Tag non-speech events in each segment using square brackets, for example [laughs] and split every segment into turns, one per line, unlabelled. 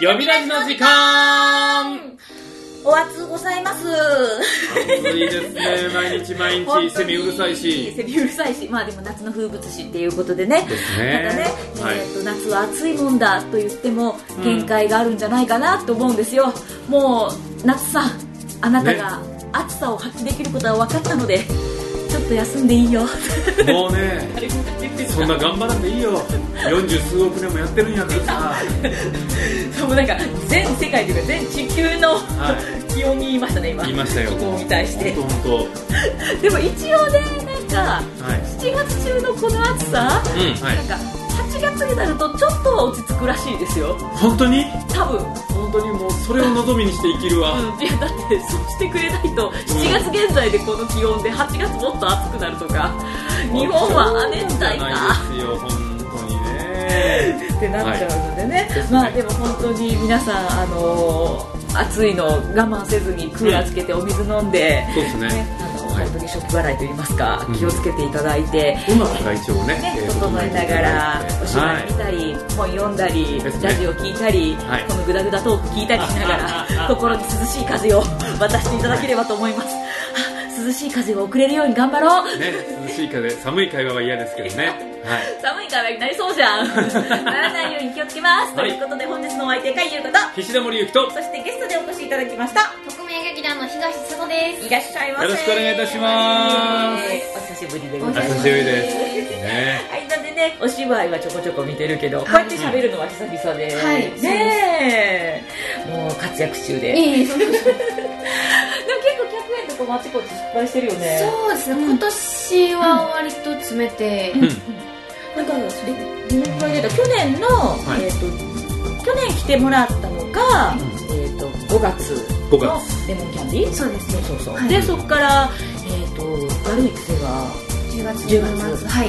呼び出しの時 [laughs] 間
お熱ございます。
暑いですね、毎日毎日、セミうるさいし。
セミうるさいし、まあでも夏の風物詩っていうことでね。
です
またね
ね、
えーと夏は暑いもんだと言っても限界があるんじゃないかなと思うんですよ、もう夏さんあなたが暑さを発揮できることは分かったのでちょっと休んでい
[laughs]
いよ
はい。もうね、そんな頑張らんでいいよ。四十数億年もやってるんやからさ。
もうなんか全世界というか全地球の
は
気温に言いましたね今
い。言いましたよ。
気候に対して
本当本
でも一応ねなんか
当。はい。
7月中のこの暑さ、
うん、は
なん
い。
か8月になるとちょっとは落ち着くらしいですよ
本当に、
多分
本当にもう、それを望みにして生きるわ。
うん、いやだってそうしてくれないと7月現在でこの気温で8月もっと暑くなるとか日本は亜熱帯
じゃな
か
いですよ、本当にね。
ってなっちゃうのでね、まあでも本当に皆さんあのー暑いのを我慢せずにクーラーつけてお水飲んで、
そうです
ね
ね。
あの
はい
本当にショック払いといいますか、
うん
気をつけていただいて。
うまく体調をね、
ね
えー
整えながらお芝居見たり、本読んだり、
ですね
ラジオ聞いたり、
はい
このグダグダトーク聞いたりしながら
[laughs]
心に涼しい風を [laughs] 渡していただければと思いますあ涼しい風を送れるように頑張ろう
ね、涼しい風、寒い会話は嫌ですけどね。はい。
寒い風になりそう
[laughs]
じゃんならないように気をつけます、
はい
ということで本日のお相手かゆうこと
岸田森ゆきと、よ
そしてゲストでお越しいただきました
匿名劇団の東瀬戸です
いらっしゃいませ
ろしくお願いいたします。
えーお久しぶりでござい
お久
ます
しぶりです。ね。
間でねお芝居はちょこちょこ見てるけど、こうやって喋るのは久々で、
はい
ねえもう活躍中で、でも
ええそうですね
結構100円とかもあちこち失敗してるよね
そうですね今年は割と詰めて、
うん。
なんかえどのくらい出た去年の、
い
えー、と去年来てもらったの
ん
が、えー、と5月
5
の
月。
レモンキャンディー
そうです
そ
ね
うそうそう、
はい
でそこから、えー、と悪い癖が
10月
10
10
月
月はい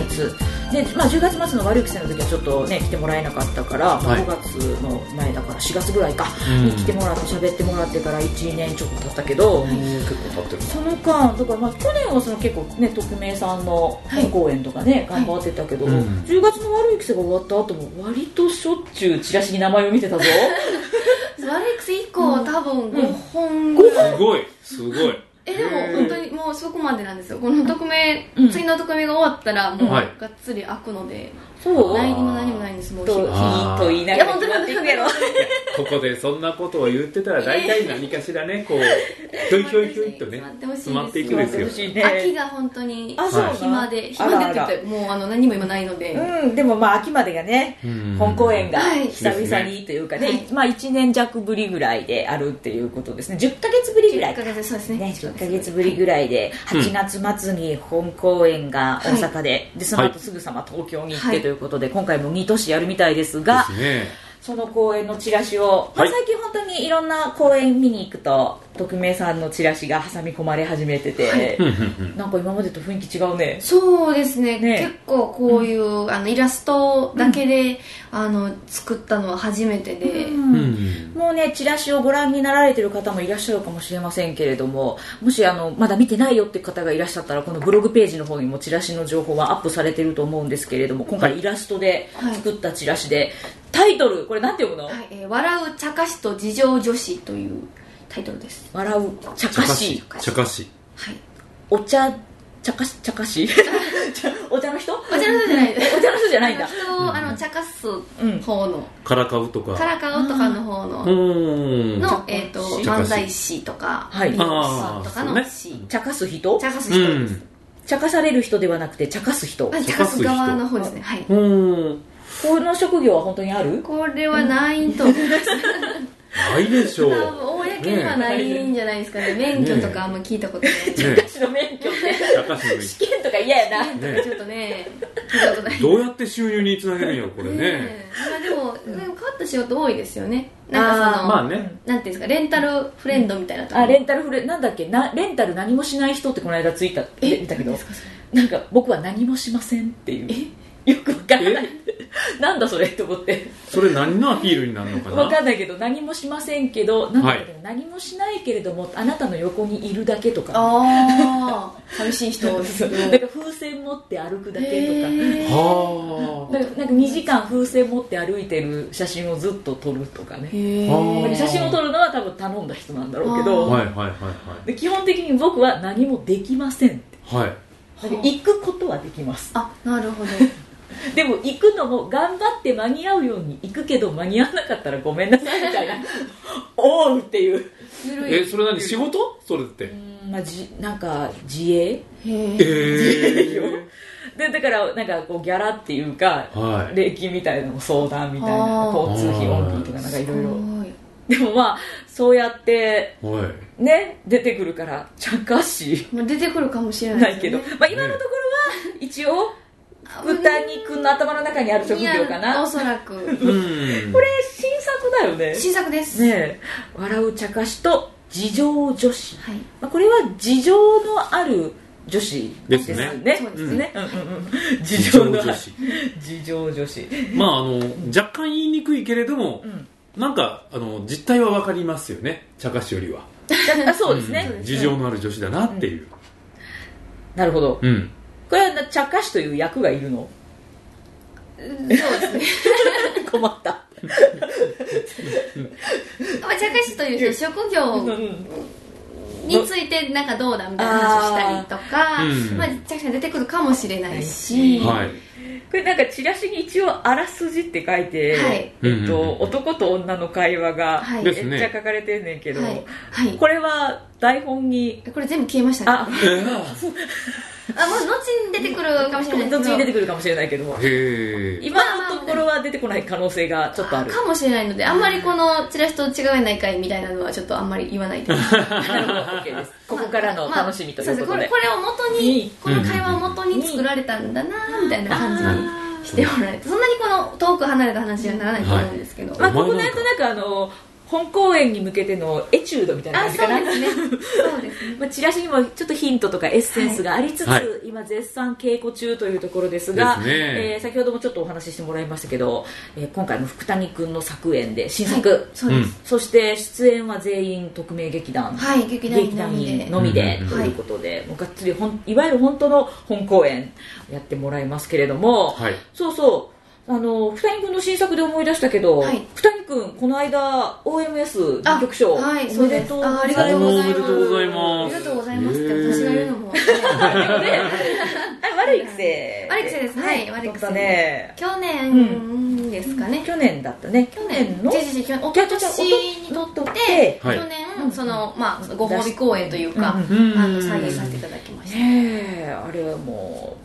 で、まあ、10月末の悪い癖の時はちょっとね来てもらえなかったから、まあ
はい
5月の前だから4月ぐらいか
うん
に来てもらって喋ってもらってから1年ちょっと経ったけど、
結構経ってる。
その間だからまあ去年はその結構ね匿名さんの
はい
本公演とかね、
はい
頑張ってたけど、
うん
10月の悪い癖が終わった後も割としょっちゅうチラシに名前を見てたぞ
悪い癖以降、多分5本
五
すごい、すごい。
えでも
へー
本当にもうそこまでなんですよこの匿名、
うん
次の匿名が終わったらもう
はい
がっつり開くので、
そう
何にも何もないんですもう
といい
あー
と言いないが
や
ら
本当に
決まっていくけど
ここでそんなことを言ってたら、大体何かしらね、こう、ひょいひょいひょいとね、詰
詰
ま
ま
っ
ってて
い
い
く
く
で
ですす
よ
楽。しいね
秋が本当に
あそうな
はい
暇で
あら
暇で
あ
っ
ら
て言ってもうあの何も今ないので、
うん、でもまあ秋までがね、
うん
本公演が
はい
久々にというかね、
ですね
まあ1年弱ぶりぐらいであるっていうことですね、10ヶ月ぶりぐらい
10ヶ月そうですね
ね、10ヶ月ぶりぐらいで、
うん
8月末に本公演が大阪で、でその後すぐさま東京に行っ
は
て
い
ということで、今回も2都市やるみたいですが、
ですね。
その公演のチラシを、まあ
はい
最近本当にいろんな公演見に行くと、匿名さんのチラシが挟み込まれ始めてて、
うんうんうん
なんか今までと雰囲気違うね。
そうですね
ね
結構こういう、あのイラストだけで、あの作ったのは初めてで、
うんうん。
もうね、チラシをご覧になられてる方もいらっしゃるかもしれませんけれども、もしあの、まだ見てないよって方がいらっしゃったら、このブログページの方にもチラシの情報はアップされてると思うんですけれども、今回イラストで
はい
作ったチラシで、タイトル、これなんて読むの、
はいえー笑う茶菓子と事情女子」というタイトルです
笑う茶
茶菓
菓子
子。。茶菓子。
はい
お茶、茶菓子、茶菓 [laughs] 子茶お茶の人お
お茶の人じゃないです
お茶の人じゃないんだ。
人をあの茶化す方の、
からかうとか。
カラカオとかの方の、
うん。
の、えー、と
茶化し
漫才師とか
はい
美容師とか
あーそう
の
ね
師、
茶化す人
茶化す
う
人です、
ん。
茶化される人ではなくて、茶化す人。
あ
茶
茶
化
化
す人
す側の方ですねはい
うん。
この職業は本当にある
これはないと思います、
ないでしょ
多
う。
分公にはないんじゃないですかね免許とかあんま聞いたことない、
ね
茶菓子の免許って、
茶菓子の
試験とか嫌やな。
免許とかちょっとね聞いたことない
どうやって収入につなげるんやろこれね。
えまあでも、でも変わった仕事多いですよねなんかそ
あー
の、
まあね。
なんていうんですかレンタルフレンドみたいなとこ
あレンタルフレなんだっけなレンタル何もしない人ってこの間ついた
え
見たけ
何
ど
ですかそれ
なんか僕は何もしませんっていうよくわからないなんだそれと思って
それ何のアピールになるのかな
わかんないけど何もしませんけどなんだっけ
は
何もしないけれどもあなたの横にいるだけとか
ああ [laughs] 寂しい人
そうそうなんか風船持って歩くだけとか
は
なんかなんか2時間風船持って歩いてる写真をずっと撮るとかね
は
なんか写真を撮るのは多分頼んだ人なんだろうけ
あ
ど
はいはいはい
で基本的に僕は何もできませんって
はいはい
なんか行くことはできます
あなるほど
でも行くのも頑張って間に合うように行くけど間に合わなかったらごめんなさいみたいな [laughs] おうっていう
ゆる
え
い
それ何仕事それって
まあ、じなんか自衛
へ
え
え
え
でだからなんかこうギャラっていうか
はい
礼金みたいなのも相談みたい
あ
な
ー
交通費オンリーとかなんかいろいろ
はい
でもまあそうやって
はい
ね出てくるからちゃかし
もう出てくるかもしれな
ないいけ
で
ど、
すよね
まあ、今のところは一応豚肉の頭の中にある職
い
業
や
かな
おそらく
うん
これ新作だよね
新作です、
ねえ笑う茶化しと自情女子、
はい
まあ、これは事情のある女子
ですね
そ
そう
で
うですす
ね
ね、
うんうんうん、事
自
情
称
の
女
ある
子
事情女子、
まああの若干言いにくいけれども
うん、
なんかあの実態はわかりますよね茶菓子よりは
あそうですね、
ん事情のある女子だなっていう
なるほど
うん、
これはな茶化しという役がいるの [laughs]
そうですね
困った
まあ茶菓子という人職
うんう
業
ん
についてなんかどうだみたいな話をしたりとか、
うん
まあ、茶菓子が出てくるかもしれないし、
はい
これなんかチラシに一応あらすじって書いて、
は
え
い
っと
うんうんうん
男と女の会話が
はい
で
めっ
す
ちゃ
ね
書かれてんねんけど、
はいはい
これは台本に
これ全部消えま [laughs] したね
あ
え
あもう後に出てくるかもしれない
[laughs] どっちに出て
く
くるかもしれないけども
えへえ
今のところは出てこない可能性がちょっとある
かもしれないのであんまりこのチラシと違えない会みたいなのはちょっとあんまり言わないで
なるほど OK
[laughs]
です [laughs] ここからの楽しみということで,、
まあそうすねこれこれを元にこの会話を元
うん
に作られたんだなみたいな感じに
あ
してもらえてそんなにこの遠く離れた話にはならないと思うんですけど、
ーまあ、
お前
ここな
なんんか
となくあの本公演に向けてのエチュードみたいな
あ
感
そ
じか
う
な
ですねそうですね
まあ、チラシにもちょっとヒントとかエッセンスがありつつ、
はい
今絶賛稽古中というところですが
ですね
えー先ほどもちょっとお話ししてもらいましたけど、えー今回の福谷君の作演で新作、
そうです、
そして出演は全員匿名劇団、
はい劇団員
劇
な
団
ので
員のみで
うん
ということで、もうがっつり本いわゆる本当の本公演やってもらいますけれども、
はい
そうそうあの二人君の新作で思い出したけど、
はい
二人君この間 OMS 楽曲賞、
あはい
おめでとう
そうですああり
がとうございます
ありがとうございますって
へー
私が言うのも、ね、
あ悪い癖
悪い癖ですはい悪い癖
だね
去
う
年ですかね、
去年だったね去
去
年
年
の
の違う違う違うお
じゃあじゃあ
とと
じゃあ
しにとって
おととって
はい
去
うん
年そのまあご褒美公演というか、
うん
うん
あの再現させていただきました、
ねえあれはも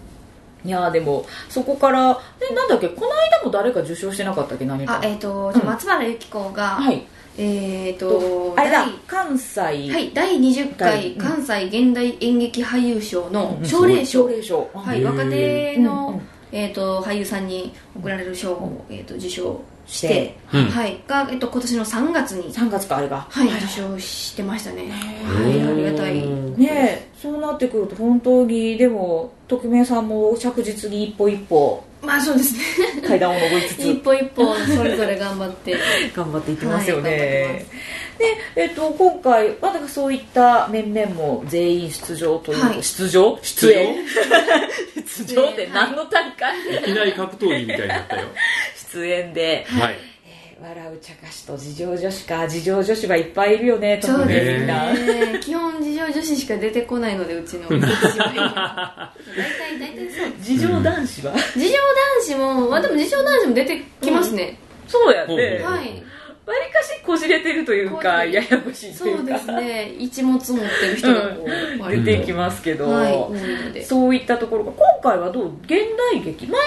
ういやーでもそこからえなんだっけこの間も誰か受賞してなかったっけ何か
あえっ、と
うん
松原由紀子が、
はい
えっ、と
とあれだ
第
関西
は、
はい
第20
第
回
うん
関西現代演劇俳優賞の
うん
奨励賞、
奨励賞は
は
へ
い、
ー
若手の、
うんうん
えー、と俳優さんに贈られる賞を、えー、と受賞して、
して
うん
はい、が、えっと今年の3月に、
3月かあれが
はい、受賞してましたね、は
へ
い、
ー
ありがたい
ねえそうなってくると本当にでも匿名さんも着実に一歩一歩
まあそうですね
階段を上りつ
[laughs] 一
つ
歩一歩それぞれ頑張って
頑張っていきますよね、
はい頑張って
で、えっと今回まあだからそういった面々も全員出場という、
はい
出場出演 [laughs] 出場って
出演
何の大会、
いきなり格闘技みたいになったよ
出演で
はい
「笑う茶菓子」と「事情女子」か「事情女子」はいっぱいいるよねと
[laughs] そうで
み
す
んな
ね基本事情女子しか出てこないのでうち
[laughs]
の大体大体そう
事情男子は、
事情男子も、まあ、でも事情男子も出てきますね、
そうやね
うん
わ
は
り
い
かしこじれてるという
こ
か
じ
や
れ
やこしいとい
そうう
か
ですね一物持ってる人がこう
出
割と、
てきますけど、
はい多いので
そういったところが今回はどう現代劇前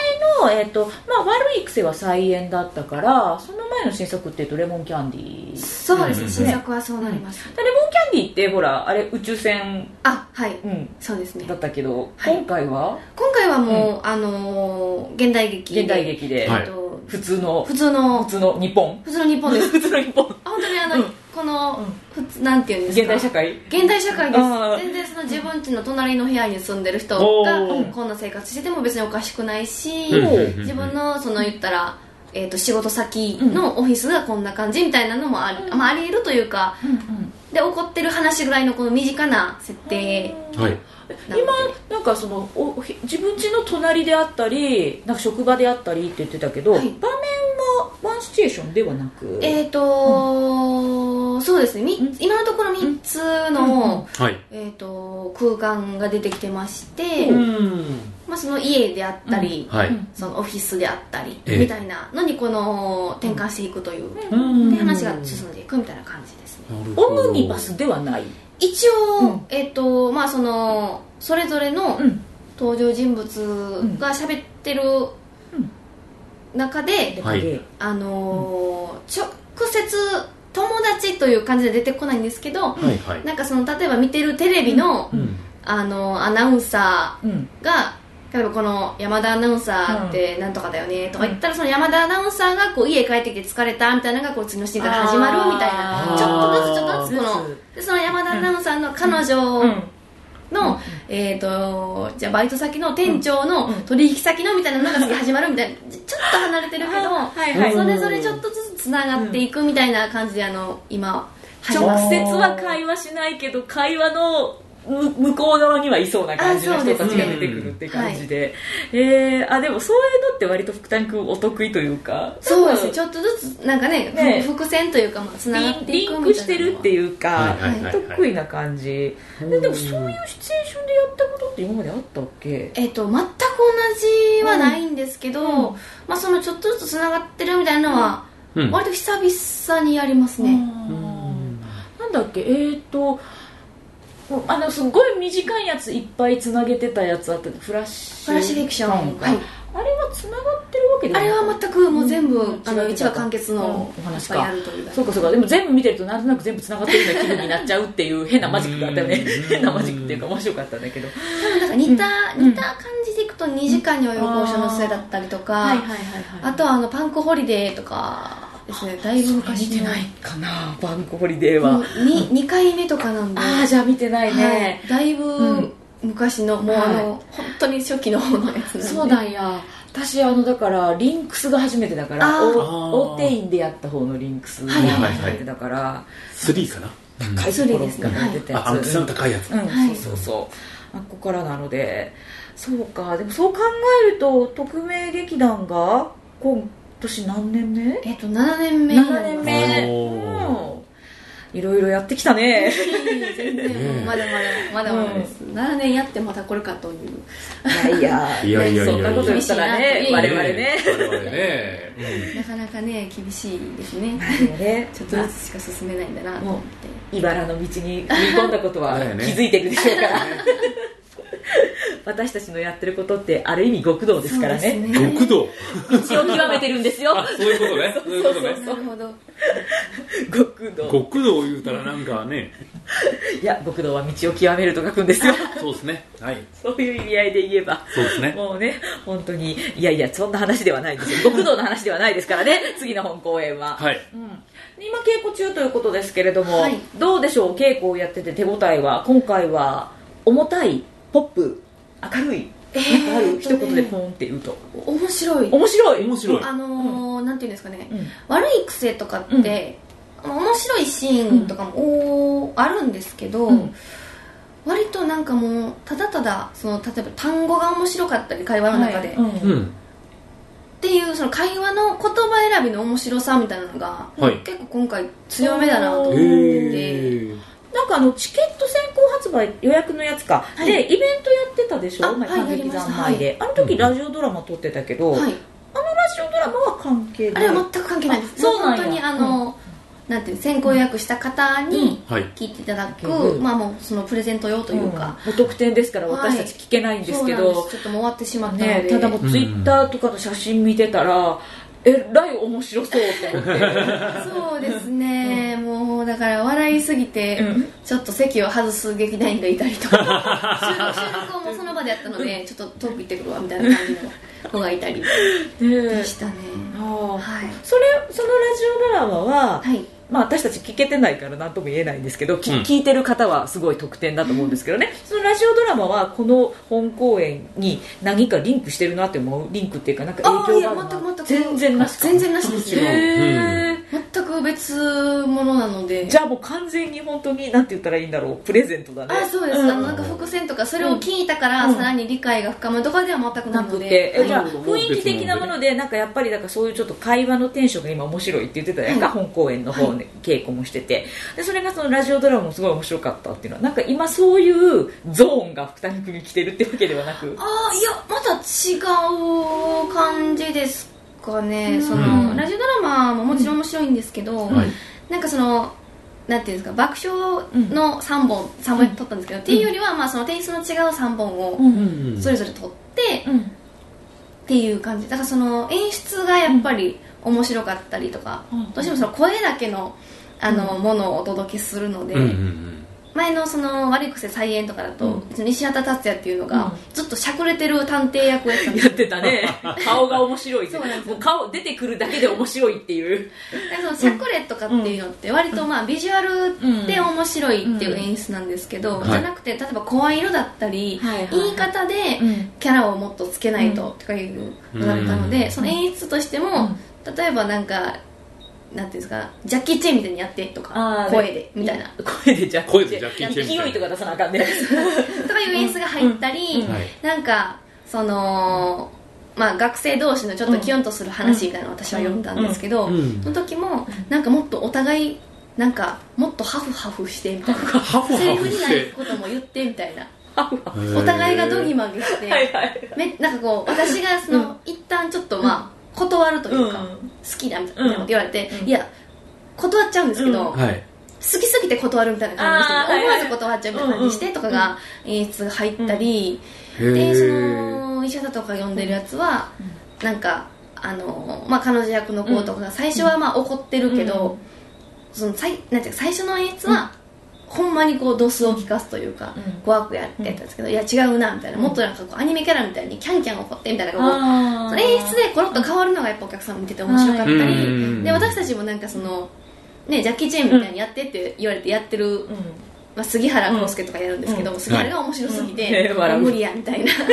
の、えっとまあ、悪い癖は再演だったからその前の新作っていうとレモンキャンディー
そうです
うん
ね新作はそうなります、
でレモンキャンディーってほらあれ宇宙船、
あはい
うん、
そうですね
だったけど、
はい
今回は
今回はもう、あのー現代劇で
現代劇で、
は
え
い
っと
普通の
普通の
普通の日本
普通の日本で
[laughs]
す
普通の日本
あ本当にあの、
うん
この
うん
普通なんていうんですか
現代社会
現代社会で
あー
す全然その自分家の隣の部屋に住んでる人が
おー
こんな生活してても別におかしくないし、
うんうんうん
自分のその言ったら、えー、と仕事先のオフィスがこんな感じみたいなのもあり,、まあ、あり得るというかで起こってる話ぐらいのこの身近な設定
はい
なので
今なんかそのおひ自分家の隣であったりなんか職場であったりって言ってたけど、
はい
場面はワンシチュエーションではなく
えっ、とそうですねみ
うん
今のところ3つの、
はい
えー、と空間が出てきてまして、
うん
まあ、その家であったり、
はい
うん
そのオフィスであったり
ええ
みたいなのにこの転換していくという、
うん
で話が進んでいくみたいな感じですね
オムニバスではない、
一応、
うん
えっ、とまあそのそれぞれの
ん、
登場人物が喋ってる
うん
中で、
はい
あのー直接友達という感じで出てこないんですけど、
はいはい
なんかその例えば見てるテレビの、
うん
あのアナウンサー
うん
が例えばこの山田アナウンサーってなんとかだよねとか言ったらその山田アナウンサーがこう家帰ってきて疲れたみたいなのがこう次のシーンから始まるみたい
あ
な
ー
ちょっとずつちょっとずつこのでその山田アナウンサーの彼女の、えー、とじゃあバイト先の店長の
うん
取引先のみたいなのが次始まるみたいなちょっと離れてるけど、
あーはい
はい
それぞれちょっとずつつながっていくみたいな感じであの今始まっ
直接は会話しないけど会話のむ向こう側にはいそうな感じの
あそうで
人
す
た
ね
ちが出てくるって感じでえーあでもそういうのって割と福谷君お得意というか
そうですねち
ょっ
ょっとずつなんかね
ね
伏線というかまあつながってい
リ
くみたいな
ン
のは
クしてるっていうか
はいはいはいはい
得意な感じででもそういうシチュエーションでやったことって今まであったっけ
えっと全く同じはないんですけど、
うん
まあ、そのちょっとずつつながってるみたいなのは、
うん
割と久々にやります
う
ね、
んなんだっけえー、とあのすごい短いやついっぱいつなげてたやつあったフラッシュ
フラッシュフィクション、はい、
あれはつながってるわけで
あ
はない
れは全くもう全部、
うん
あ
違
の
う
一話完結の
うんお話か
やっぱりやるという
そうかそうかでも全部見てるとなんとなく全部つながってるような気分になっちゃうっていう変なマジックがあったよね
うん
変なマジックっていうか面白かったんだけど
多分なんか似た、
うん
似た感じでいくと2時間に及ぶ交渉の末だったりとか、
はいはい
あとはあのパンクホリデーとかですねだいぶ
あ
昔
見
の
てないかなバンクホリデーは、
もう 2, 回目とかなんで
ああじゃあ見てないね、
はい、だいぶ、
うん
昔のもうあの、本当に初期の方のやつなんで
そうなんや私あのだからリンクスが初めてだから
あー
おオーテインでやった方のリンクスが
はいはい
はい
初めてだから
3かな
高いところから出たや
あ
つ、
アンプさん高いやつ
うん、
はい
そうそうそうあっこからなのでそうかでもそう考えると特命劇団が今年何年目
えっと7年目にな
7
り
年
ます
目
おー
うんいろいろやってきたね
全然 [laughs] もうまだまだまだまだです、7年やってまたこれかという
いやいや
いやいやいやいや
そんなこと言ったらね
厳しいな
我々ね
我々ねうん
なかなかね厳しいですね
でもね
ちょっとずつしか進めないんだなと思って
茨の道に踏み込んだことは気
だよ [laughs] ね
づいてるでしょうから、 [laughs] 私たちのやってることってある意味極道ですからね
そうです
[laughs]
極道
道を極めてるんですよ
そういうことねそういうことね
なるほど
極道
極道言うたらなんかね
いや極道は道を極めると書くんですよ
そうですねはい
そういう意味合いで言えば
そうですね
もうね本当にいやいやそんな話ではないんですよ極道の話ではないですからね次の本公演は、
はい
うん、今稽古中ということですけれども、
はい
どうでしょう稽古をやってて手応えは今回は重たいポップ明るい、
え
なんかある
ー
一言でポンって言うと
面白い
面白い
面白い
あのーなんていうんですかね、
うん
悪い癖とかって、あの面白いシーンとかも、おーあるんですけど、
うん
割となんかもうただただその例えば単語が面白かったり会話の中で、
う
っ
ん
うん
ていうその会話の言葉選びの面白さみたいなのが、
はい
結構今回強めだなと思っ
へ
てて、
ー
なんかあのチケット先行発売予約のやつか、
はい
でイベントやってたでしょ
あ
前
はい
歌劇団前で、あの
う
時
ん
ラジオドラマ撮ってたけど、
はい、
あのラジオドラマは関係
あ
ない
れは全く関係ないです
あそうなんや
本当にあの、なんていう先行予約した方に
はい
聞いていただく、
うん
まあもうそのプレゼント用というか、
うんお得点ですから
はい
私たち聞けないんですけ
そ
ど、
うなんですちょっともう終わってしまったので、
ね、ただもうツイッターとかの写真見てたら、えらい面白そうって思って、
そうですね、もうだから笑いすぎて、
うん
ちょっと席を外す劇団員がいたりと
[laughs]
か収録収録をもうその場でやったので、ちょっと遠く行ってくるわみたいな感じの子がいたりで
ねえ
したね、
ああ
はい
それそのラジオドラマは、
はい
まあ、私たち聞けてないから何とも言えないんですけど、き
うん
聞いてる方はすごい特典だと思うんですけどね、そのラジオドラマはこの本公演に何かリンクしてるなって思うリンクっていうかなんか
ああ
影響
いや
があるな
全く全く
全然なしか
全然なしです
然
ね
へー
全く別物なので
じゃあもう完全に本当になんて言ったらいいんだろうプレゼントだね
あそうです、
ん
あのなんか伏線とかそれを聞いたから、
うん
さらに理解が深まるとかでは全く
な
な
い
の
く
で
て、え
はい
じゃあ
なるほど
雰囲気的なものでなんかやっぱりだからそういうちょっと会話のテンションが今面白いって言ってたやんか、
はい
本公演の方で稽古もしててでそれがそのラジオドラマもすごい面白かったっていうのはなんか今そういうゾーンが二人組来てるってわけではなく
あいやまた違う感じですかね、そ
うん
のラジオドラマももちろん面白いんですけど、
はい
なんかそのなんていうんですか爆笑の3本、三本撮ったんですけど、っていうよりはまあそのテイストの違う3本を
うん
うん
それぞれ撮って、っ
うん
ていう感じだからその演出がやっぱり面白かったりとか、
うん
どうしてもその声だけのあの、ものをお届けするので、
うんうん
前のその悪い癖再演とかだと、
うん
西畑達也っていうの
うん
がずっとしゃくれてる探偵役をやってたんで
や
すよ
ってたね顔が面白いって
そうなんです
も
よ
う顔出てくるだけで面白いっていう
でそのしゃくれとかっていうのって割とまあビジュアルで面白いっていう演出なんですけど、
うん
じゃなくて例えば声色だったり、
はいはい
言い方で
うん
キャラをもっとつけないととかいうのだったので、
うん
その演出としても、例えばなんかなんていうんですかジャッキー・チェンみたいにやってと
あ
か
ー
声でみたいな
声でジャッキー
声でジャッキーチェンみたいな
勢いとか出さなあかんね
とかいう演出が入ったり、
うんはい
なんかその、まあ、学生同士のちょっとキュンとする話みたいなのを私は読んだんですけど、
うんうん
その時もなんかもっとお互いなんかもっとハフハフしてみたいな
うんハフ
セ
ハ
リフ
フ
に
し
ない
て
ことも言ってみたいな
へー
お互いがドギマギして、
はいはい
めなんかこう私がその、一旦ちょっとまあ断るというか、
うん
好きだみたいなこと言われて、
うん
いや断っちゃうんですけど、
はい
好きすぎて断るみたいな感じで
あーはい
思わず断っちゃうみたいな感じにしてとかが演出が入ったり、
へ
でそ
え
の医者だとか呼んでるやつは、なんかあの、まあ、彼女役の子とかが最初はまあ怒ってるけど、
う
その最なんていうか最初の演出は、ほんまにこうドスを聞かすというか、
うん
怖くやってたんですけど、いや違うなみたいなもっとなんかこうアニメキャラみたいにキャンキャン怒ってみたいなこう
あ
その演出でコロッと変わるのがやっぱお客さん見てて面白かったり、
はいうん
で私たちもなんかその、ね、ジャッキー・チェンみたいにやってって言われてやってる、まあ、杉原康介とかやるんですけど、杉原が面白すぎて、
うん笑う
無理やみたいなそう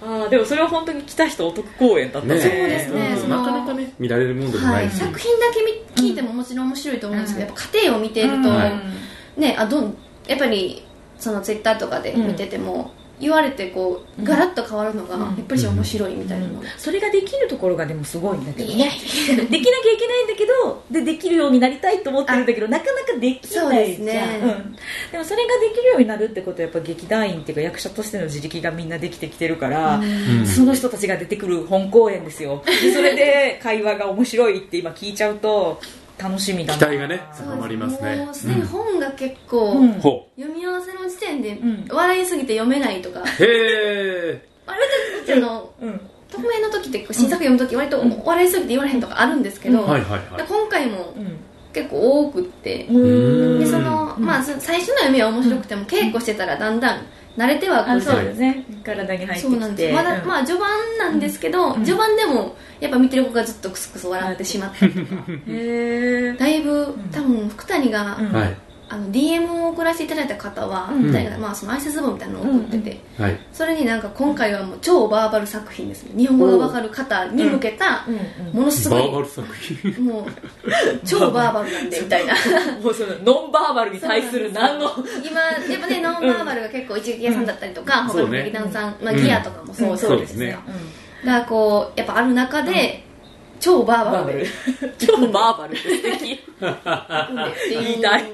あーでもそれは本当に来た人お得公演だった
ねそう
ですね、
うん
そ
な
の
かなかね見られるもんでもな
はいい、
し
作品だけ見聞いてももちろん面白いと思うんですけど、
うん
やっぱ家庭を見ていると、
うん
はい
ね、あどんやっぱりそのツイッターとかで見てても、言われてこうガラッと変わるのが
うん
やっぱり面白いみたいなの、
それができるところがでもすごいんだけど
いや
ね [laughs] できなきゃいけないんだけどでできるようになりたいと思ってるんだけどなかなかでき
そう
ないじ
です
ゃん
ね
うんでもそれができるようになるってことはやっぱ劇団員っていうか役者としての自力がみんなできてきてるから、
ん
その人たちが出てくる本公演です
[laughs]
よでそれで会話が面白いって今聞いちゃうと楽しみだな
期待がね
そう
高
です
まりますね
もうすでに本が結構、
うん
ほ
読み合わせの時点で
ん
笑いすぎて読めないとか、
うへえ
割とあの
うん
匿名の時ってこう新作読む時割と笑いすぎて言われへんとかあるんですけど、
はいはいは
で
い
今回も
うん
結構多くって、
ん
でその、
うん
まあ、そ最初の読みは面白くても、稽古してたらだんだん慣れてはく
あ
る
そうですね体に入ってきて
そうなんですまだ、
うん
まあ序盤なんですけど、
ん
序盤でもやっぱ見てる子がずっとクスクス笑ってしまったり [laughs] とか
へー
だいぶ多分福谷が、
うん
はい
あの DM を送らせていただいた方は、
うん
みたいなまあ、そのアイスズボンみたいなのを送ってて、
はい
それになんか今回はもう超バーバル作品ですね日本語がわかる方に向けた
うんうん
ものす
バ
ごい、
ーバル作品
もう超バーバルなんでみたいな
もうそのノンバーバルに対する何の
今やっぱねノンバーバルが結構一撃屋さんだったりとか、
ん
他
そう
の
ね
劇団さん、まあ、
うん
ギアとかもそう,、
うん
そうです
そうですね
ねだからこうやっぱある中で、超バーバ
バーバ
ルで
ル [laughs] 超バーバルって素敵
っていう
言いたい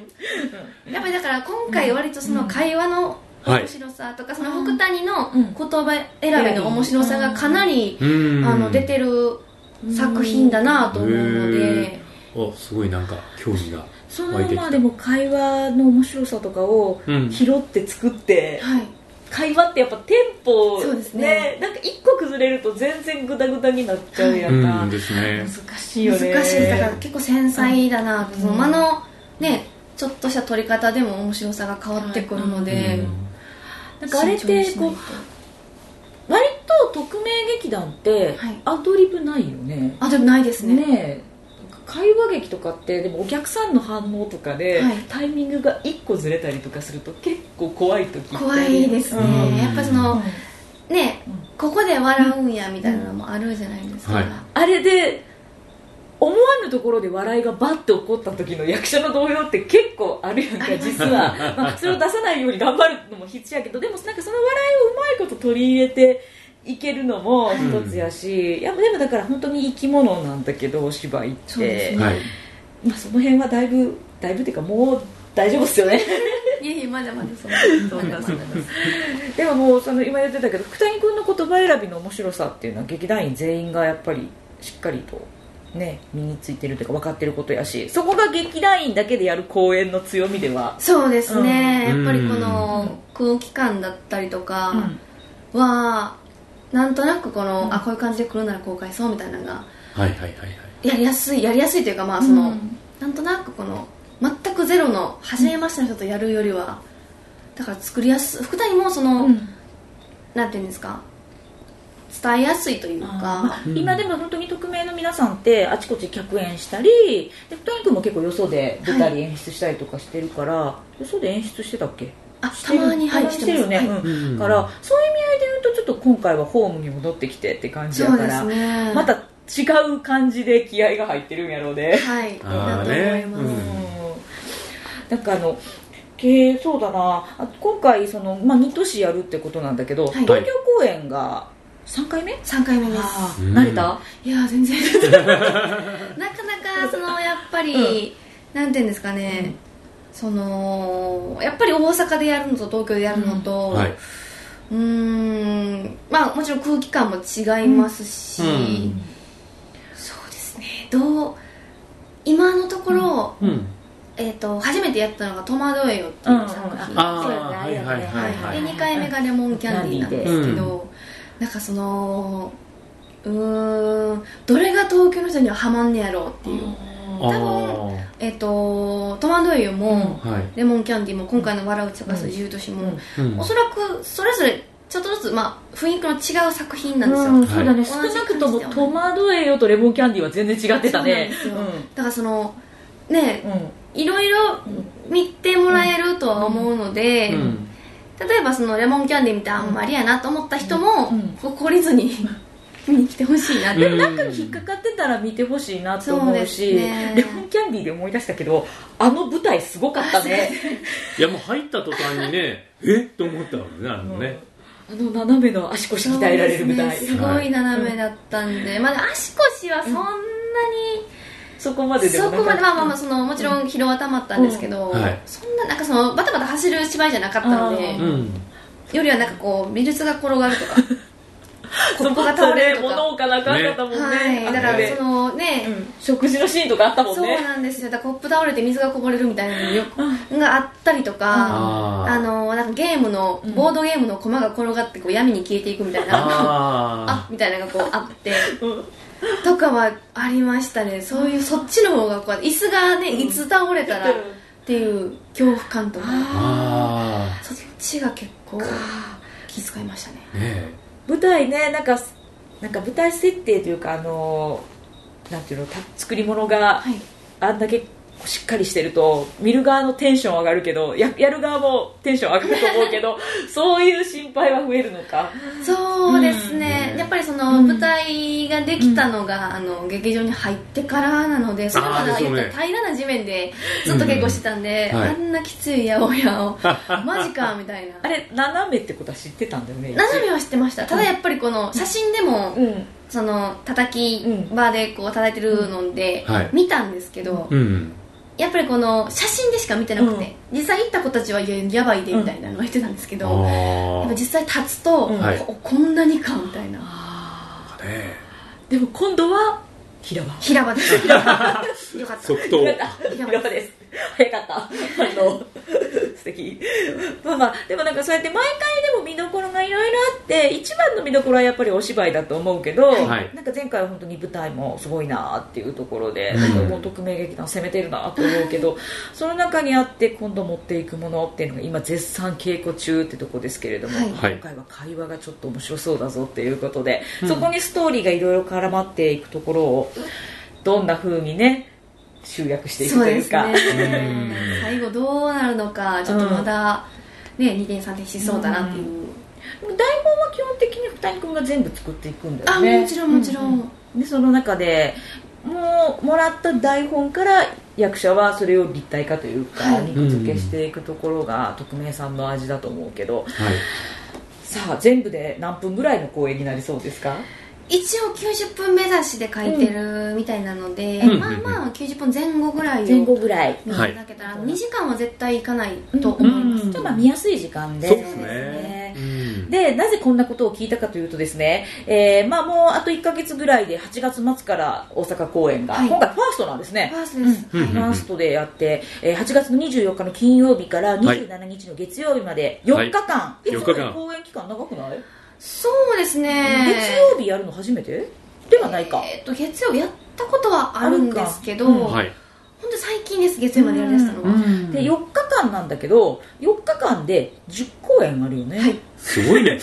やっぱりだから今回割とその会話の面白さとかその福谷の言葉選びの面白さがかなり
うん
あの出てる作品だなと思うの
へ
で
ーあすごいなんか興味が
そ
湧い
の
てき
まあ
た
でも会話の面白さとかを
うん
拾って作って、
はい
会話ってやっぱテンポ
そうですね
なんか一個崩れると全然グダグダになっちゃうやんか、
うんですね
難しいよ
難し
ね
いだから結構繊細だなその間のねちょっとした撮り方でも面白さが変わってくるので
なんかあれっ
慎重に
て
しな
こ
いうと
割と匿名劇団って
はい
アドリブないよね、
あでもないですね
ねえ会話劇とかってでもお客さんの反応とかで、
はい
タイミングが一個ずれたりとかすると結構怖い時って
怖いですね、
うん
やっぱそのね
うん
ここで笑うんやみたいなのもあるじゃないですか、
はい
あれで思わぬところで笑いがバッて起こった時の役者の動揺って結構あるやんか実は、まあ、それを出さないように頑張るのも必要やけどでもなんかその笑いをうまいこと取り入れていけるのも一つやし、いやでもだから本当に生き物なんだけどお芝居って
そうですね
はい
まあ、その辺はだいぶだいぶっていうかもう大丈夫っすよね
いえいえまだまだそんな
そうなんですそうなんですでももうその今言ってたけど福谷君の言葉選びの面白さっていうのは劇団員全員がやっぱりしっかりとね身についてるというか分かってることやしそこが劇団員だけでやる公演の強みでは、
そうですね、
うん
やっぱりこの空気感だったりとかは、なんとなくこの、
うん
あこういう感じで来るなら公開そうみたいなのが
はいはいはい
やりやすいやりやすいというかまあその、なんとなくこの全くゼロの初めましての人とやるよりは、だから作りやすい福谷もその、
うん
なんていうんですか伝えやすいという
ま
か
あ、
うん
今でも本当に匿名の皆さんってあちこち客演したりで福谷君も結構よそで出たり演出したりとかしてるから、よそで演出してたっけ
あたまに
は
はい
いしてるよね、
はい
うん
うん
からそういう意味合いで言うとちょっと今回はホームに戻ってきてって感じ
そ
や
う
か
で
ら、
すね
また違う感じで気合が入ってるんやろうで、
はい
あー
だと
ね
思います、
うん
なんかあのけーそうだなあ今回その、まあ、2都市やるってことなんだけど、
はい
東京公演が3回目、
3回目です
あ
うん
ー慣れた、
いや全然
[laughs]
なかなかそのやっぱり、なんていうんですかね、
うん
そのやっぱり大阪でやるのと東京でやるのと、
はいはいう
ーんまあもちろん空気感も違いますし、
うん
そうですねどう今のところ、
うん
えー、と初めてやったのが「戸惑えよ」っていう作品、
うんうん
あ
そうや
あ
ね
はいはいはいは
はいい、で2回目が「レモンキャンディー」なんですけど、なんかそのうーんどれが東京の人にはハマんねやろうっていう、
あ
えっ、とトマトイユも、
あはい
レモンキャンディーも今回の「笑う茶化す自由都市も」
うん
おそらくそれぞれちょっとずつ、まあ、雰囲気の違う作品なんですよ、
うん
だ
そうだね、
はい
少なくとも
同じ
「
感じで
戸
は
惑えよ」と「レモンキャンディー」は全然違ってたね
そう
う
なんで
ん
からそのね
うん
いろいろ見てもらえるとは思うので、
うん
例えばそのレモンキャンディーみたいなあんまりやなと思った人も、
うん
怒りずに [laughs] 見に来てほしいなって、
うん
中に引っかかってたら見てほしいなと思うし
そうですね
レモンキャンディーで思い出したけどあの舞台すごかったね
いやもう入った途端にねえっと思ったもんねあのね
あの斜めの足腰鍛えられる舞台
そう
そ,、
ですねすごい斜めだったんで、まだ足腰はそんなに、
こまででも
そ
なか
こ
った
までまあまあまあそのもちろん疲労は溜まったんですけど、
うんはい
そんななんかそのバタバタ走る芝居じゃなかったので
あ
う
ー
ん
よりはなんかこう美術が転がるとか
[laughs]
コップが倒れる
そ
と
こ
か、
物置かなあかんかったもんね
はい
あ
だ
れ
からそのね、
うん食事のシーンとかあったもん
そう
ね
なんですよだからコップ倒れて水がこぼれるみたいなのよくがあったりとか、
あ
あのなんかゲームの
うん
ボードゲームの駒が転がってこう闇に消えていくみたいな、
あ
あみたいなのがこうあって
うん
とかはありましたねそういうそっちの方がこう椅子がねいつ倒れたらっていう恐怖感とか
あ
そっちが結構気遣いましたね
あね
舞台ねなんかなんか舞台設定というかあのなんていうのた作り物が
はい
あんだけしっかりしてると見る側のテンション上がるけどややる側もテンション上がると思うけ
[laughs]
どそういう心配は増えるのか
そうですね、
うん
やっぱりその
うん
舞台ができたのが、あの劇場に入ってからなのでそれまで
あー
は
ですよね
言ったら平らな地面でずっと稽古してたんで、
うんはい
あんなきつい八百屋をマジかみたいな
あれ斜めってことは知ってたんだよね
斜めは知ってましたただやっぱりこの写真でも、
うん
その叩き
うん
場でこう叩いてるので、
はい
見たんですけど、
うん
やっぱりこの写真でしか見てなくて、実際行った子たちはいややばいでみたいなのが言ってたんですけ
あ
ど、やっ
あ
ぱ実際立つと、
うん
はい
ここんなにかみたいな
あ
ね
ーでも今度は平場
平場です
[laughs]
よかった
即
[laughs]
答
平場
平場
平場です早かったあの [laughs] 素敵まあまあでもなんかそうやって毎回でも見どころがいろいろあって一番の見どころはやっぱりお芝居だと思うけど、
はい
なんか前回は本当に舞台もすごいなっていうとこ
[laughs]
ろで、
うん
もう匿名劇団攻めてるなと思うけどその中にあって今度持っていくものっていうのが今絶賛稽古中ってとこですけれども、
はい
はい
今回は会話がちょっと面白そうだぞっていうことで、
うん
そこにストーリーがいろいろ絡まっていくところをどんな風にね集約していく
そう
と
で
いう
す
か
うん
ね最後どうなるのかちょっとまだ、ね2点3点しそうだなっていう、
台本は基本的に二人君が全部作っていくんだよ
あ
ね
もちろんもちろん、
ううんでその中でもうもらった台本から役者はそれを立体化というか、
はい
肉付けしていくところが匿名さんの味だと思うけど
はい
さあ全部で何分ぐらいの公演になりそうですか
一応90分目指しで書いてるみたいなので、
うん
まあまあ90分前後ぐらいを
前後ぐらい
見
はい
ていただけたら、2時間は絶対いかないと思います、
うん
ちょっとまあ見やすい時間で
そうです
そうです
ね
ね
うん
でなぜこんなことを聞いたかというとですね、えーまあ、もうあと1か月ぐらいで8月末から大阪公演が、
はい
今回ファーストなんですね
ファーストです、
うん
ファーストでやって、えー8月の24日の金曜日から27日の月曜日まで4日間、
い
い、つも
4日
よ
間
り公演期間長くない、
そうですね
月曜日やるの初めてではないか、
えーっと月曜日やったことはあるんですけど、
あるかうん
はい
ほんと最近です月曜までやりだしたのは、
で4日間なんだけど4日間で10公演あるよね、
はい
すごいね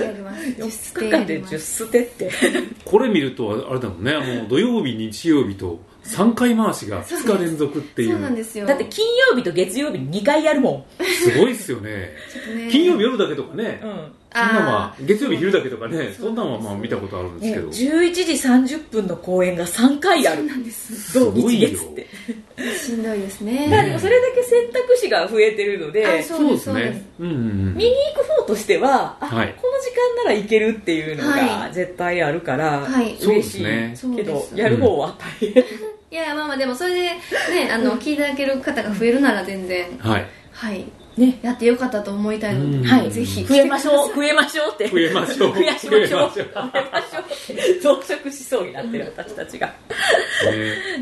やります
4
10
日間で10捨てって
[laughs] これ見るとあれだもんねあの土曜日日曜日と3回回しが2日連続ってい
そうなん
う
ですよ
だって金曜日と月曜日2回やるも
すごいっすよね
ね
金曜日夜だけとかね
ん、うん
そんなんは
あ
月曜日昼だけとかね
そう
そんなんはまあ見たことあるんです
ね
けど
11時30分の公演が3回ある
なんです
同
すご
日
いよ
月って
しんどいですね、
まあでもそれだけ選択肢が増えてるので
あ
そうですねうんうんうん
見に行く方としては、あ
はい
この時間なら行けるっていうの
は
が
い
絶対あるから、
はい
そうで
嬉
す
しい
ね
そう
け
で
ど
す、
やる方は大変、
いやいやまあまあでもそれでねあの聞いていただける方が増えるなら全然
はい
はい
ね
やってよかったと思いたいの
うん
で、
はい
ぜひ
増えましょう、増えましょうって。
増えましょう
増やしましょう。
増
増え
え
ま
ま
し
し
ょ
ょう
うって増殖しそうになってる私たちが。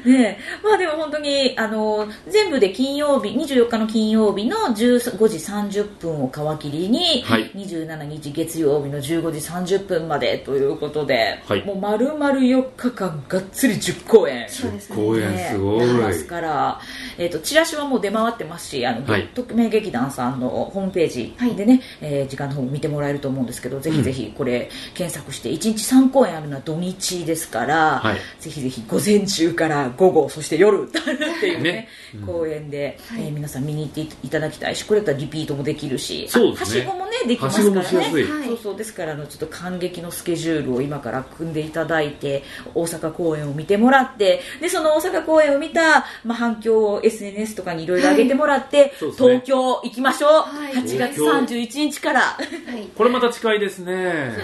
ね
ねえまあでも本当に、あの、全部で金曜日、24日の金曜日の15時30分を皮切りに、
はい
27日月曜日の15時30分までということで、
はい
もう丸々4日間がっつり10公演。
そうですね
公演
ね
すごい
ダンスから、えー、とチラシはもう出回ってますしあの、
はい
匿名劇団さんのホームページでね、えー時間の方も見てもらえると思うんですけどぜひぜひこれ検索して1日3公演あるのは土日ですから、
はい
ぜひぜひ午前中から午後そして夜っていうね
ね
公演で、
はい
えー皆さん見に行っていただきたいしこれだったらリピートもできるし
そうですね
あはしごもねできま
は
す
し
か
ご
らね。
もしやすい
はい
そうそうですからあのちょっと感激のスケジュールを今から組んでいただいて大阪公演を見てもらってでその大阪公演を見た、まあ、反響を SNS とかにいろいろ上げてもらって、
そうですね
東京行きましょう、
はい
8月31日から [laughs]
はい
これまた近いです
そうで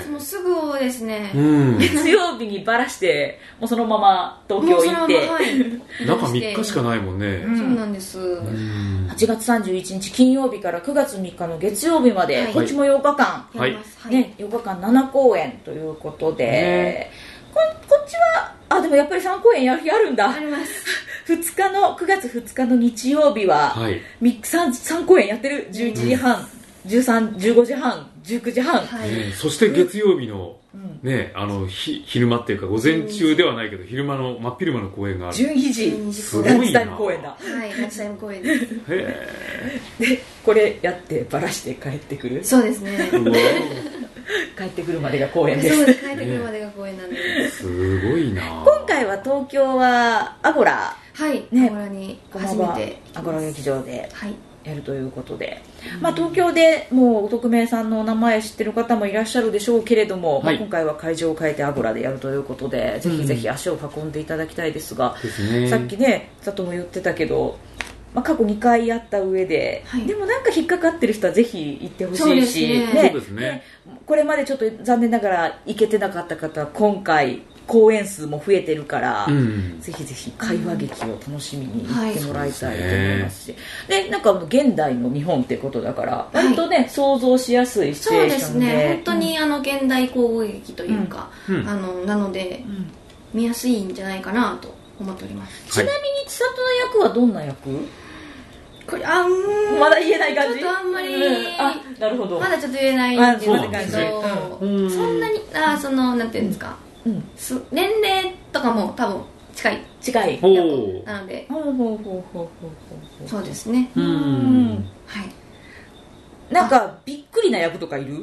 す
ね
もうすぐですね
う、ん
月曜日にばらしてもうそのまま東
も
京
う
行
そのまま
って、
はい
中3日しか
な
ないもんね
そうなんです、
うん
8月31日金曜日から9月3日の月曜日まで、
はい
こっちも8日間
は
や
い
りますはい、
ね、4日間7公演ということで、
ね
ここっちはあでもやっぱり3公演やる日あるんだ
あります
2日の9月2日の日曜日は、
はい
ミック 3, 3公演やってる11時半、13 15時半19時半、
はい、
ねそして月曜日の
うん、
ねあのひ昼間っていうか午前中ではないけど昼間の真っ昼間の公演がある
12時
12時
す
公
ごいな
ラ
演
ンチタイム公演だ
はいランチタイム公演です
へ
でこれやってバラして帰ってくる
そうですね
えうわ
帰ってくるまでが公
そう
演で
ですす帰ってくるまでが公演なんです
すごいな
今回は東京はアゴラ
はい
ね
アゴラに
駒場
初めて
ア
行き
ゴ
ま
ラ
す
劇場で
はい
やるということで、まあ、東京でもう匿名さんのお名前知ってる方もいらっしゃるでしょうけれど
は
も、
い
まあ、今回は会場を変えてアゴラでやるということで、ぜ
う
ひ
ん
ぜひ足を運んでいただきたいですが、
ですね
さっきね佐藤も言ってたけど、まあ、過去2回やった上で、
はい
でもなんか引っかかってる人はぜひ行ってほし
そう
い
です
し、
ね
そうですね
これまでちょっと残念ながら行けてなかった方は今回公演数も増えてるから。
うん
ぜひぜひ会話劇を楽しみに行ってもらいたいと思いますし、でなんかあの現代の日本ってことだから
い
割とね、想像しやすいシチュ
そう
エー
で
ショ
す
ンで
ね本当、にあの現代交互劇というか、
うんうん
あのなので
うんうん
見やすいんじゃないかなと思っております
ちなみに千里の役はどんな役、
これあうーん
まだ言えない感じ
ちょっとあんまり、
うんあなるほど、
まだちょっと言えないんです
あそうなんで
け
すね
どそ
うんうん
んなにあそのなんていうんですか、
うん、
す年齢とかも多分近い
近い
ほう
なので
ほうほうほうほうほうほう
そうですね
う
うん
ん
はい
なんかびっくりな役とかいる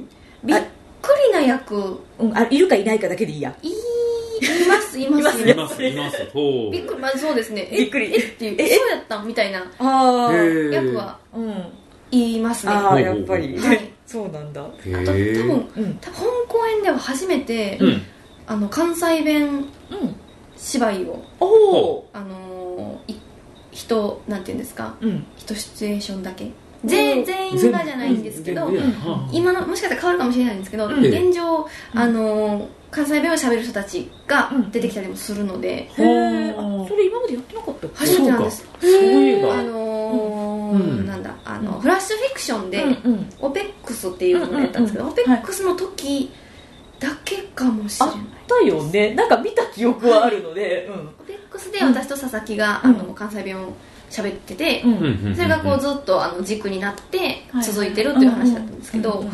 びっくりな役
うん、あいるかいないかだけでいいや
いいますいます
いますいますほう
びっくり、まあ、そうですねえ
びっくり
えっていう
え
えそうやったんみたいな
あ
へ
ー
ー
役は
うん
言いますね
ほ
あー
あ
うほう
やっ
ほう
ぱり
はい
[laughs] そうなんだ
へ
と多
え
分
うん
多分本公演では初めて、
うん
あの関西弁
うん
芝居を
おお
ほ
あのーい人なんていうんですか
うん
人シチュエーションだけ全
うん
全員がじゃないんですけど
全然
うん
はあ
今のもしかしたら変わるかもしれないんですけど、
うん
現状、
うん
あのー関西弁を喋る人たちが
うん
出てきたりもするので、
へえ
ほう
それ今までやってなかったっけ
初めてなんです
そういえ
あ
ば
のー
うん
なんだあの、
うん
フラッシュフィクションで、
うんうん
オペックスっていうのをやったんですけど、
うんうん
オペ
うん
ックスの時だけかもしれない、
だよねなんか見た記憶はあるので
オペックスで私と佐々木が、
うん
あの関西弁を喋ってて、
うん
うんうんうん
それがこうずっとあの軸になって
はい
続いてるっていう話だったんですけど、あんま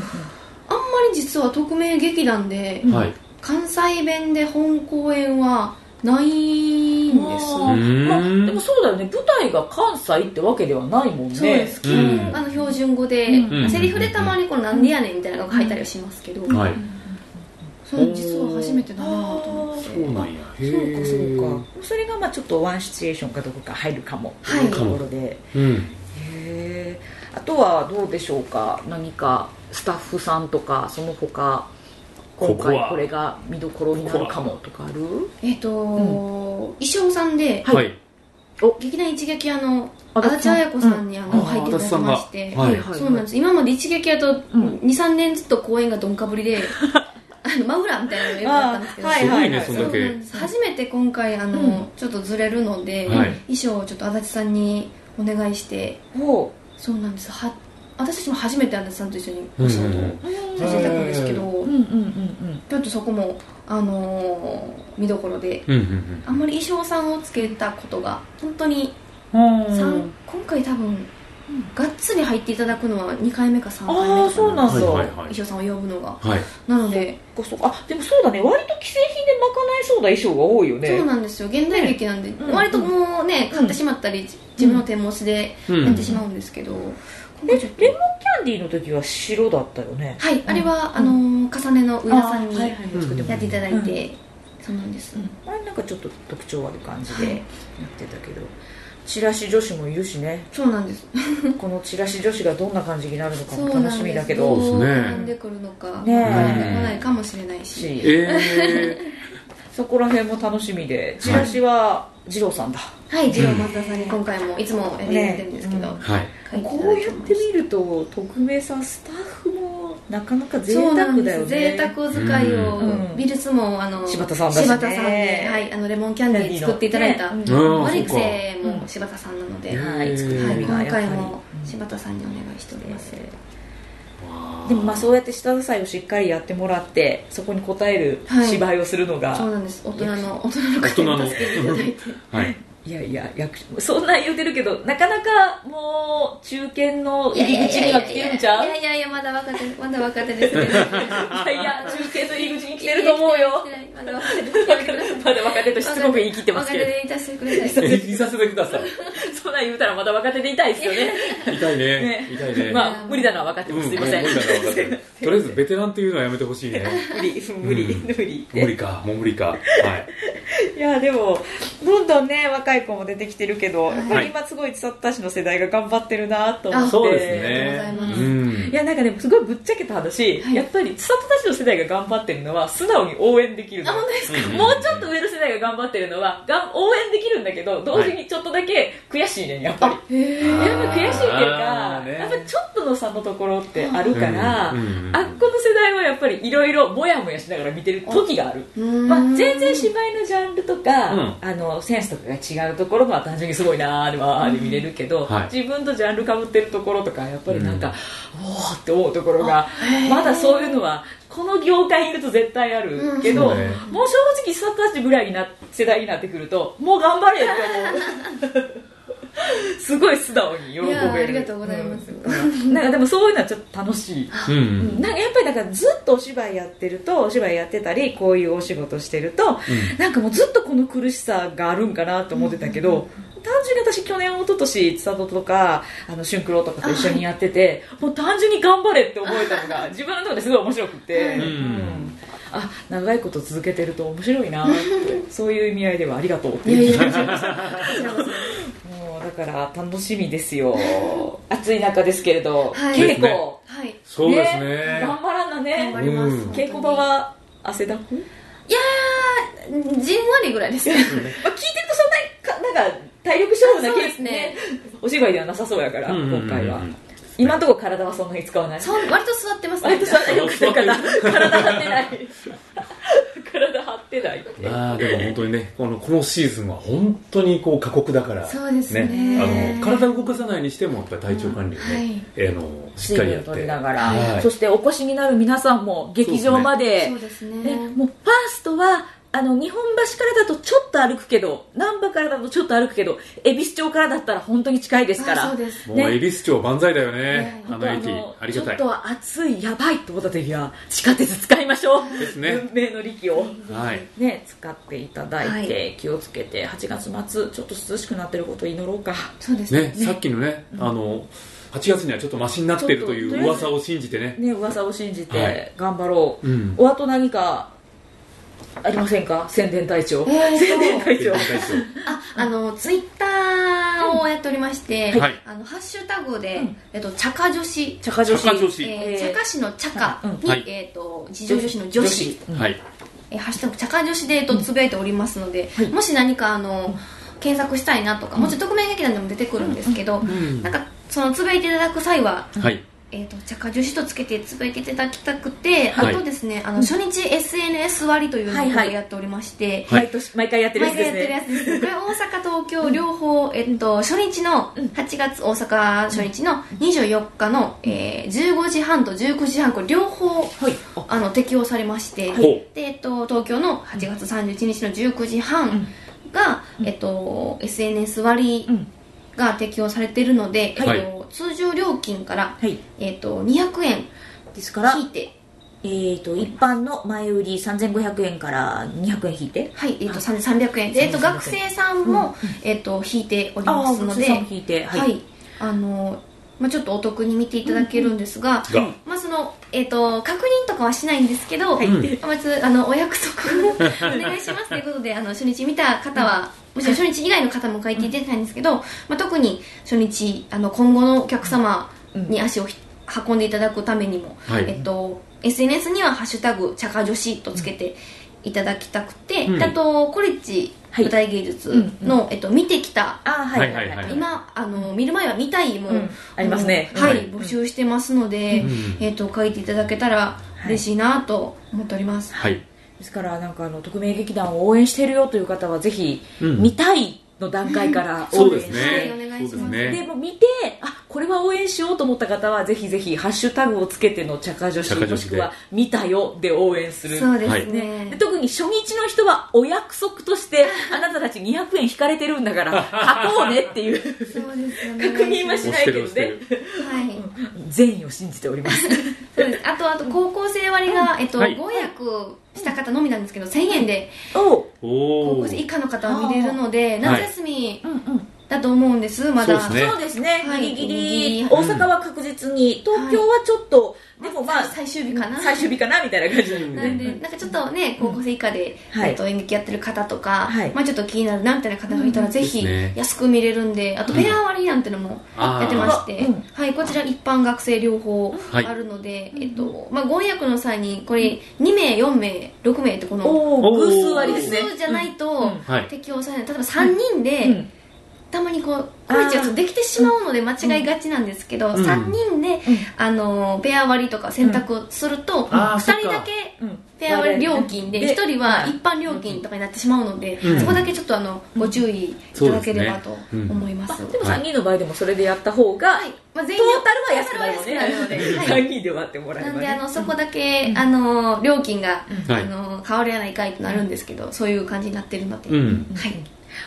り実は匿名劇団で
うん
はい
関西弁で本公演はないんです
あーまあ
うん
でもそうだよね舞台が関西ってわけではないもんね
そうです、基本、
うん
あの標準語で、
うん
セリフでたまにこの「なんでやねん」みたいなのが入ったりはしますけど、
んはい
それ実は初めてだなと思って
そうなんやへ
そうか
え
そうかそれがまあちょっとワンシチュエーションかどこか入るかもと
はい
いうところで、へ
うん
えあとはどうでしょうか何かスタッフさんとかその他今
ここ
回
は
これが見どころになるかもとかある
えっ、と衣装さんで、
はい
はい
劇団一撃屋の
足立
足立
さん
彩子さんにあの、
うん
入っていただきまして、
あ足立さんがはい
はい
そうなんです今まで一撃屋と
うん
23年ずっと公演がどんかぶりであのマフラーみたいなのがよくあったんですけど、
あーはい
すごいね
はい
そん
そう
だ
なん
け
です初めて今回あの、
うん
ちょっとずれるので、
はい
衣装をちょっと足立さんにお願いして
ほ
そうなんですは私たちも初めて足立さんと一緒にお仕事
う
を
うん
させていただくんですけど、
うんうんうん
ちょっとそこも、あのー見どころで
うんうん
あんまり衣装さんをつけたことが本当に
うん
さん
うん
今回多分がっつり入っていただくのは2回目か3回目
ああ
か
そう
う
なん
んは
だ、
い
そ
は
う
いはい
衣装さんを呼ぶのが
はい
なので
かそうかあでもそうだね割と既製品で賄えそうな衣装が多いよね
そうなんですよ現代劇なんで、
うん
割ともうね、買ってしまったり自自分の手持ちで
うん
やってしまうんですけど、今
え
回ちょっと
レモンキャンディーの時は白だったよね
はい、あれは、あのー重ねの上田さんに
あーはいはい作ってもら
やっていただいて、そうなんで
う
す、
んあれなんかちょっと特徴ある感じ
は
で
い
やってたけど、チラシ女子もいるしね
そうなんです
このチラシ女子がどんな感じになるのか
そう
も
なんで
楽
す
しみだけ
そう
ど
です
ど
ね
う絡んでくるのか、
ねえ
絡んでこないかもしれないし、
し
え
そこら辺も楽しみでチラシは二郎さんだ、
はい次郎松田さんに今回もいつもやってやってるんですけど、
ね
ーはい
書いていただきまし
こうや
た
って見ると匿名さんスタッフもなかなか贅
そ
沢
う
だ
な
よね
んです贅沢使いを、
うん
ビルスもあの
柴田さんだしね
柴田さんで、はい、あのレモンキャンディー作っていただいた、
ね
うん
マリク
そうか
セも柴田さんなので、
うん
は
はい作
い
り込みが
今
やっぱり
回も柴田さんにお願いしております、
わー
でもまあそうやって下支えをしっかりやってもらってそこに応える
はい
芝居をするのが、
そうなんです大人の大人の方に助けていただいて
はい
い、やいや役そんなん言うてるけどなかなかもう中堅の入り口には来てるんちゃうい
い
や
や
い
いやいやまだ若手まだ若手ですけど
や中堅の入り口に来てると思うよ
まだ若手ですけど
まだ若手としてすごく言い切ってますけ
若
ど
手でいたしてください
えきさせてください
そんなん言うたらまだ若手でいたいですよね
痛いね
ね
痛いね
まあ無理なのは分かって
う
ますすいま
もう
せん、
無
[laughs]
理だな分かってるとりあえずベテランというのはやめてほしいね
無理無理無理
無理かもう無理かはい
いやでもどんどんね若い子も出てきてるけど、
い
やっぱり今すごい千里たちの世代が頑張ってるなと思って
あ
そう
あ
で
り
す
がとうございま
ね
す
うん
いやなんかねすごいぶっちゃけた話、
はい
やっぱり千里たちの世代が頑張ってるのは素直に応援できる
あ本当ですか
うん
もうちょっと上の世代が頑張ってるのはがん応援できるんだけど同時にちょっとだけ悔しいねやっぱり、
へ
やっぱ悔しいっていう
あ
か、
ーね
やっぱちょっとの差のところってあるから、
うんうん
あっこの世代はやっぱりいろいろもやもやしながら見てる時がある、
ー
まあ、全然芝居のジャンルとか、
うん
あのセンスとかが違うところは単純にすごいなーでわーで見れるけど、
はい
自分とジャンルかぶってるところとかやっぱりなんか、おーって思うところがまだそういうのはこの業界にいると絶対あるけど、
うんそうね
もう正直スタッフたちぐらいにな世代になってくるともう頑張れって
[laughs]
思うすごい素直に喜べる
いやーありがとうございます
うんなんかでもそういうのはちょっと楽しい
うんうん
なんかやっぱりだからずっとお芝居やってるとお芝居やってたりこういうお仕事してると、なんかもうずっとこの苦しさがあるんかなと思ってたけど、単純に私去年一昨年千里とかあの春九郎とかと一緒にや
[laughs]
っててもう単純に頑張れって思えたのが自分の中ですごい面白くて、
うん
あ長いこと続けてると面白いなって
[laughs]
そういう意味合いではありがとうって
いや
いう
いやこちらこ
もうだから楽しみですよ暑い中ですけれど、
はい
稽
です
古、
ね
そはい
そうですね
頑張らな
頑
ね
張ります、
うん
本当に
稽古場は汗だく、
いやーじんわりぐらいですね
まあ、聞いてるとそんなにかなんか体力勝負な
そ
稽
うで
古
すね
お芝居ではなさそうやから、
うんうんうんうん
今回は今のところ体はそんなに使わない
そう割と座ってますね
割とさよくだから
そ
体張っ
[laughs]
てない体張ってない
まあでも本当にねこのこのシーズンは本当にこう過酷だから
そうですね
あの体を動かさないにしてもやっぱり体調管理をね、あのしっ
水
かりやっ
分
て
取りながら、
はい
そしてお越しになる皆さんも劇場まで
そうですね
ねもうファーストはあの日本橋からだとちょっと歩くけど難波からだとちょっと歩くけど恵比寿町からだったら本当に近いですか
あ
ら
そうです
もう恵比寿町万歳だよね
ね
あの駅
本当あの
あり
ち
が
ょ
た
っ
い
と暑いやばいと思った時は地下鉄使いましょう
ですね
運命の力を、
はい
ね、使っていただいて、
は
気をつけて8月末ちょっと涼しくなってることを祈ろうか
そうですね
ねさっきのね、あの8月にはちょっとマシになってるとい
ちょっ
う
と
噂を信じてね
ね噂を信じ
は
て
い
頑張ろう、
うん
お後何かありませんか宣伝隊長、
えーと
宣伝隊長
全体像
ああのツイッターをやっておりまして、
はい
あのハッシュタグで、
うん
えっと、茶化女子
茶化女子
茶化女子
えー
えー
茶化師の茶化に、
はい
えっと自称女子の女子
うん
はい
えーハッシュタグ茶化女子でとつぶやいておりますので、もし何かあの検索したいなとか、もちろん匿名劇団でも出てくるんですけど、
ん
なんかそのつぶやいていただく際は、
はい
えー、と茶化女子とつけてつぶやいていただきたくて、
はい
あとですねあの初日 SNS 割というのをやっておりまして、
はい
毎年毎回やってるや
毎
つ
回
で
や
す
ってるや
ね
つです、これ大阪東京両方、えっと、初日の8月大阪初日の24日の、えー、15時半と19時半これ両方
はいあ
あの適用されまして、
ほう
でえっと、東京の8月31日の19時半が、えっと、SNS 割
うん
が適用されているので、
はい
えっと、通常料金から、
はい
えっと、200円
ですから
引いて、
えっと一般の前売り3500円から200円引いて
はいえっと、300円で、えっと、
300円
学生さんも、えっと、引いておりますので。
さんも引いて
は、
はいい、
あの、まあ、ちょっとお得に見ていただけるんですが、
が
まあそのえっと確認とかはしないんですけど、
ん
まずあのお約束 [laughs] お願いしますということであの初日見た方は、むしろ初日以外の方も書いていただきたいんですけど、まあ、特に初日あの今後のお客様に足をひ運んでいただくためにも、
はい
えっと、SNS には「ハッシュタグ茶化女子」とつけていただきたくて、
うん
あとコレッジ
はい
舞台芸術の、えっと、見てきた
あーはいはい
はいはいはい
今あの見る前は見たいも、
うんありますね
あのはい、
はい
募集してますので、
うん
えっ、と書いていただけたら
い
嬉しいなと思っております。
はい
ですからなんかあの特命劇団を応援してるよという方はぜひ、
うん
見たいの段階から
そ
応
う
援
で
し
す
て、
ね
はいお願
そ
いうし
で
ますす
で
ね
も見てあこれは応援しようと思った方はぜひぜひ「ハッシュタグをつけての茶化女子
茶」化
も
女
し
子
く
で
は「見たよ」で応援する
そうです
はい
ね。
で特に初日の人はお約束と [laughs] してあなたたち200円引かれてるんだ [laughs] から書こうねっていう
そうですよね。
確認はしないけど
押して
ね
る
はい。
善意を信じております
そうです。あとあと高校生割が、えっと、
はい
ご予約した方のみなんですけど、1000円で
おう
お
高
お
校生以下の方は見れるので、
あー
夏休み
うんうん
だと思うんです。まだ。
そうですね
そうですね、
はい
ギリギ
ギリギリ
リ大阪は確実に東京はちょっと、でもまあ
最終日かな。
最終日かなみたいな感じ
うん
なんで、なんかちょっとね、高校生以下で、
はい
えっと、演劇やってる方とか、
はい
まあちょっと気になるなみたいな方がいたら、ぜひ
ですね
安く見れるんで、あとフェア割なんてのも
あー
やってまして、
うん
はい、こちら一般学生両方
はい
あるので、えっと、まあご予約の際に、これ2名、4名、6名ってこの、
お
お
お
ー
偶数
あ
割
り
で
複
すね
数じゃない
うん
と
うん
はい
適用されない。例えば3人で、
うん
たまにこうこれ違うできてしまうので間違いがちなんですけど、
うん
3人で、
うん
あのペア割とか選択すると、
あー
2
そっか
人だけ
うん
ペア割料金で
で
1人は
はい
一般料金とかになってしまうので、
うん
そこだけちょっとあのご注意いただければと
そうですねうん
思います、
でも3人の場合でもそれでやった方が、
はいまあ、
トータ
全
ルは安くなる
トータルは安
の
くな
で、
るので、はい
[laughs] 3人で割ってもらえ
な
ば
んで
ね
あのそこだけ、あの料金が、
うんはい
あの変わらない回となるんですけど、そういう感じになってるので、
うん
はい、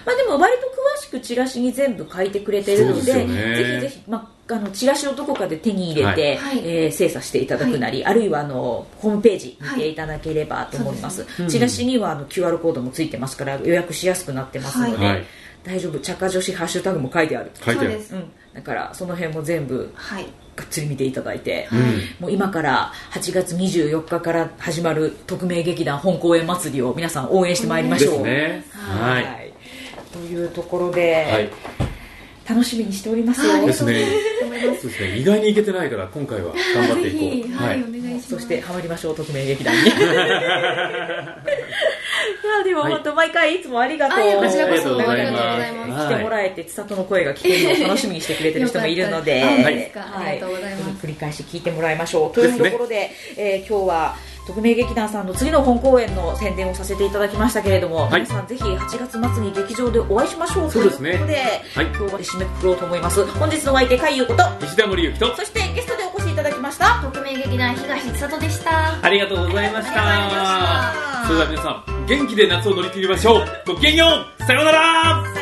まあ、でも割と詳しくチラシに全部書いてくれてるの
そうです
で
よね
ぜひぜひ、まあ、あのチラシをどこかで手に入れて、
はい
えー精査していただくなり、あるいはあのホームページ見ていただければと思います,、
はいそうですね
チラシにはあの QR コードもついてますから予約しやすくなってますので、
はい
大丈夫チャカ女子ハッシュタグも書いてある、
書いてあ
そうで
る
す
うん、だからその辺も全部
はい
がっつり見ていただいて、
うん
もう今から8月24日から始まる特命劇団本公演祭りを皆さん応援してまいりま
で
しょう
すね
は、
はいい
というところで、
はい
楽しみにしておりますよ、
はい
ですね
と思います
そうですね意外にいけてないから今回は頑張っていこ
ぜ
う
ひはい、お
は
願いします
そしてハマりましょう特命劇団
[laughs]
にいやでも
はい
本当毎回いつもありがとう、
あいやこちら
あ
こ
りがとう
そ
ございます
ます
来てもらえて、千里の声が聞けるのを楽しみにしてくれてる人もいるので
よかった
はい
ですありがとうございます
はい繰り返し聞いてもらいましょうというところでえー今日は特命劇団さんの次の本公演の宣伝をさせていただきましたけれども、
はい
皆さんぜひ8月末に劇場でお会いしましょうと
そ
いう
う
こ
で
と
す
で
ねはい
今日は締めくくろうと思います本日のお相手海優こと
石田森ゆきと
そしてゲストでお越しいただきました
匿名劇団東千里でした
ありがとうございました
ありがとうございました
それでは皆さん元気で夏を乗り切りましょうごきげんようさようなら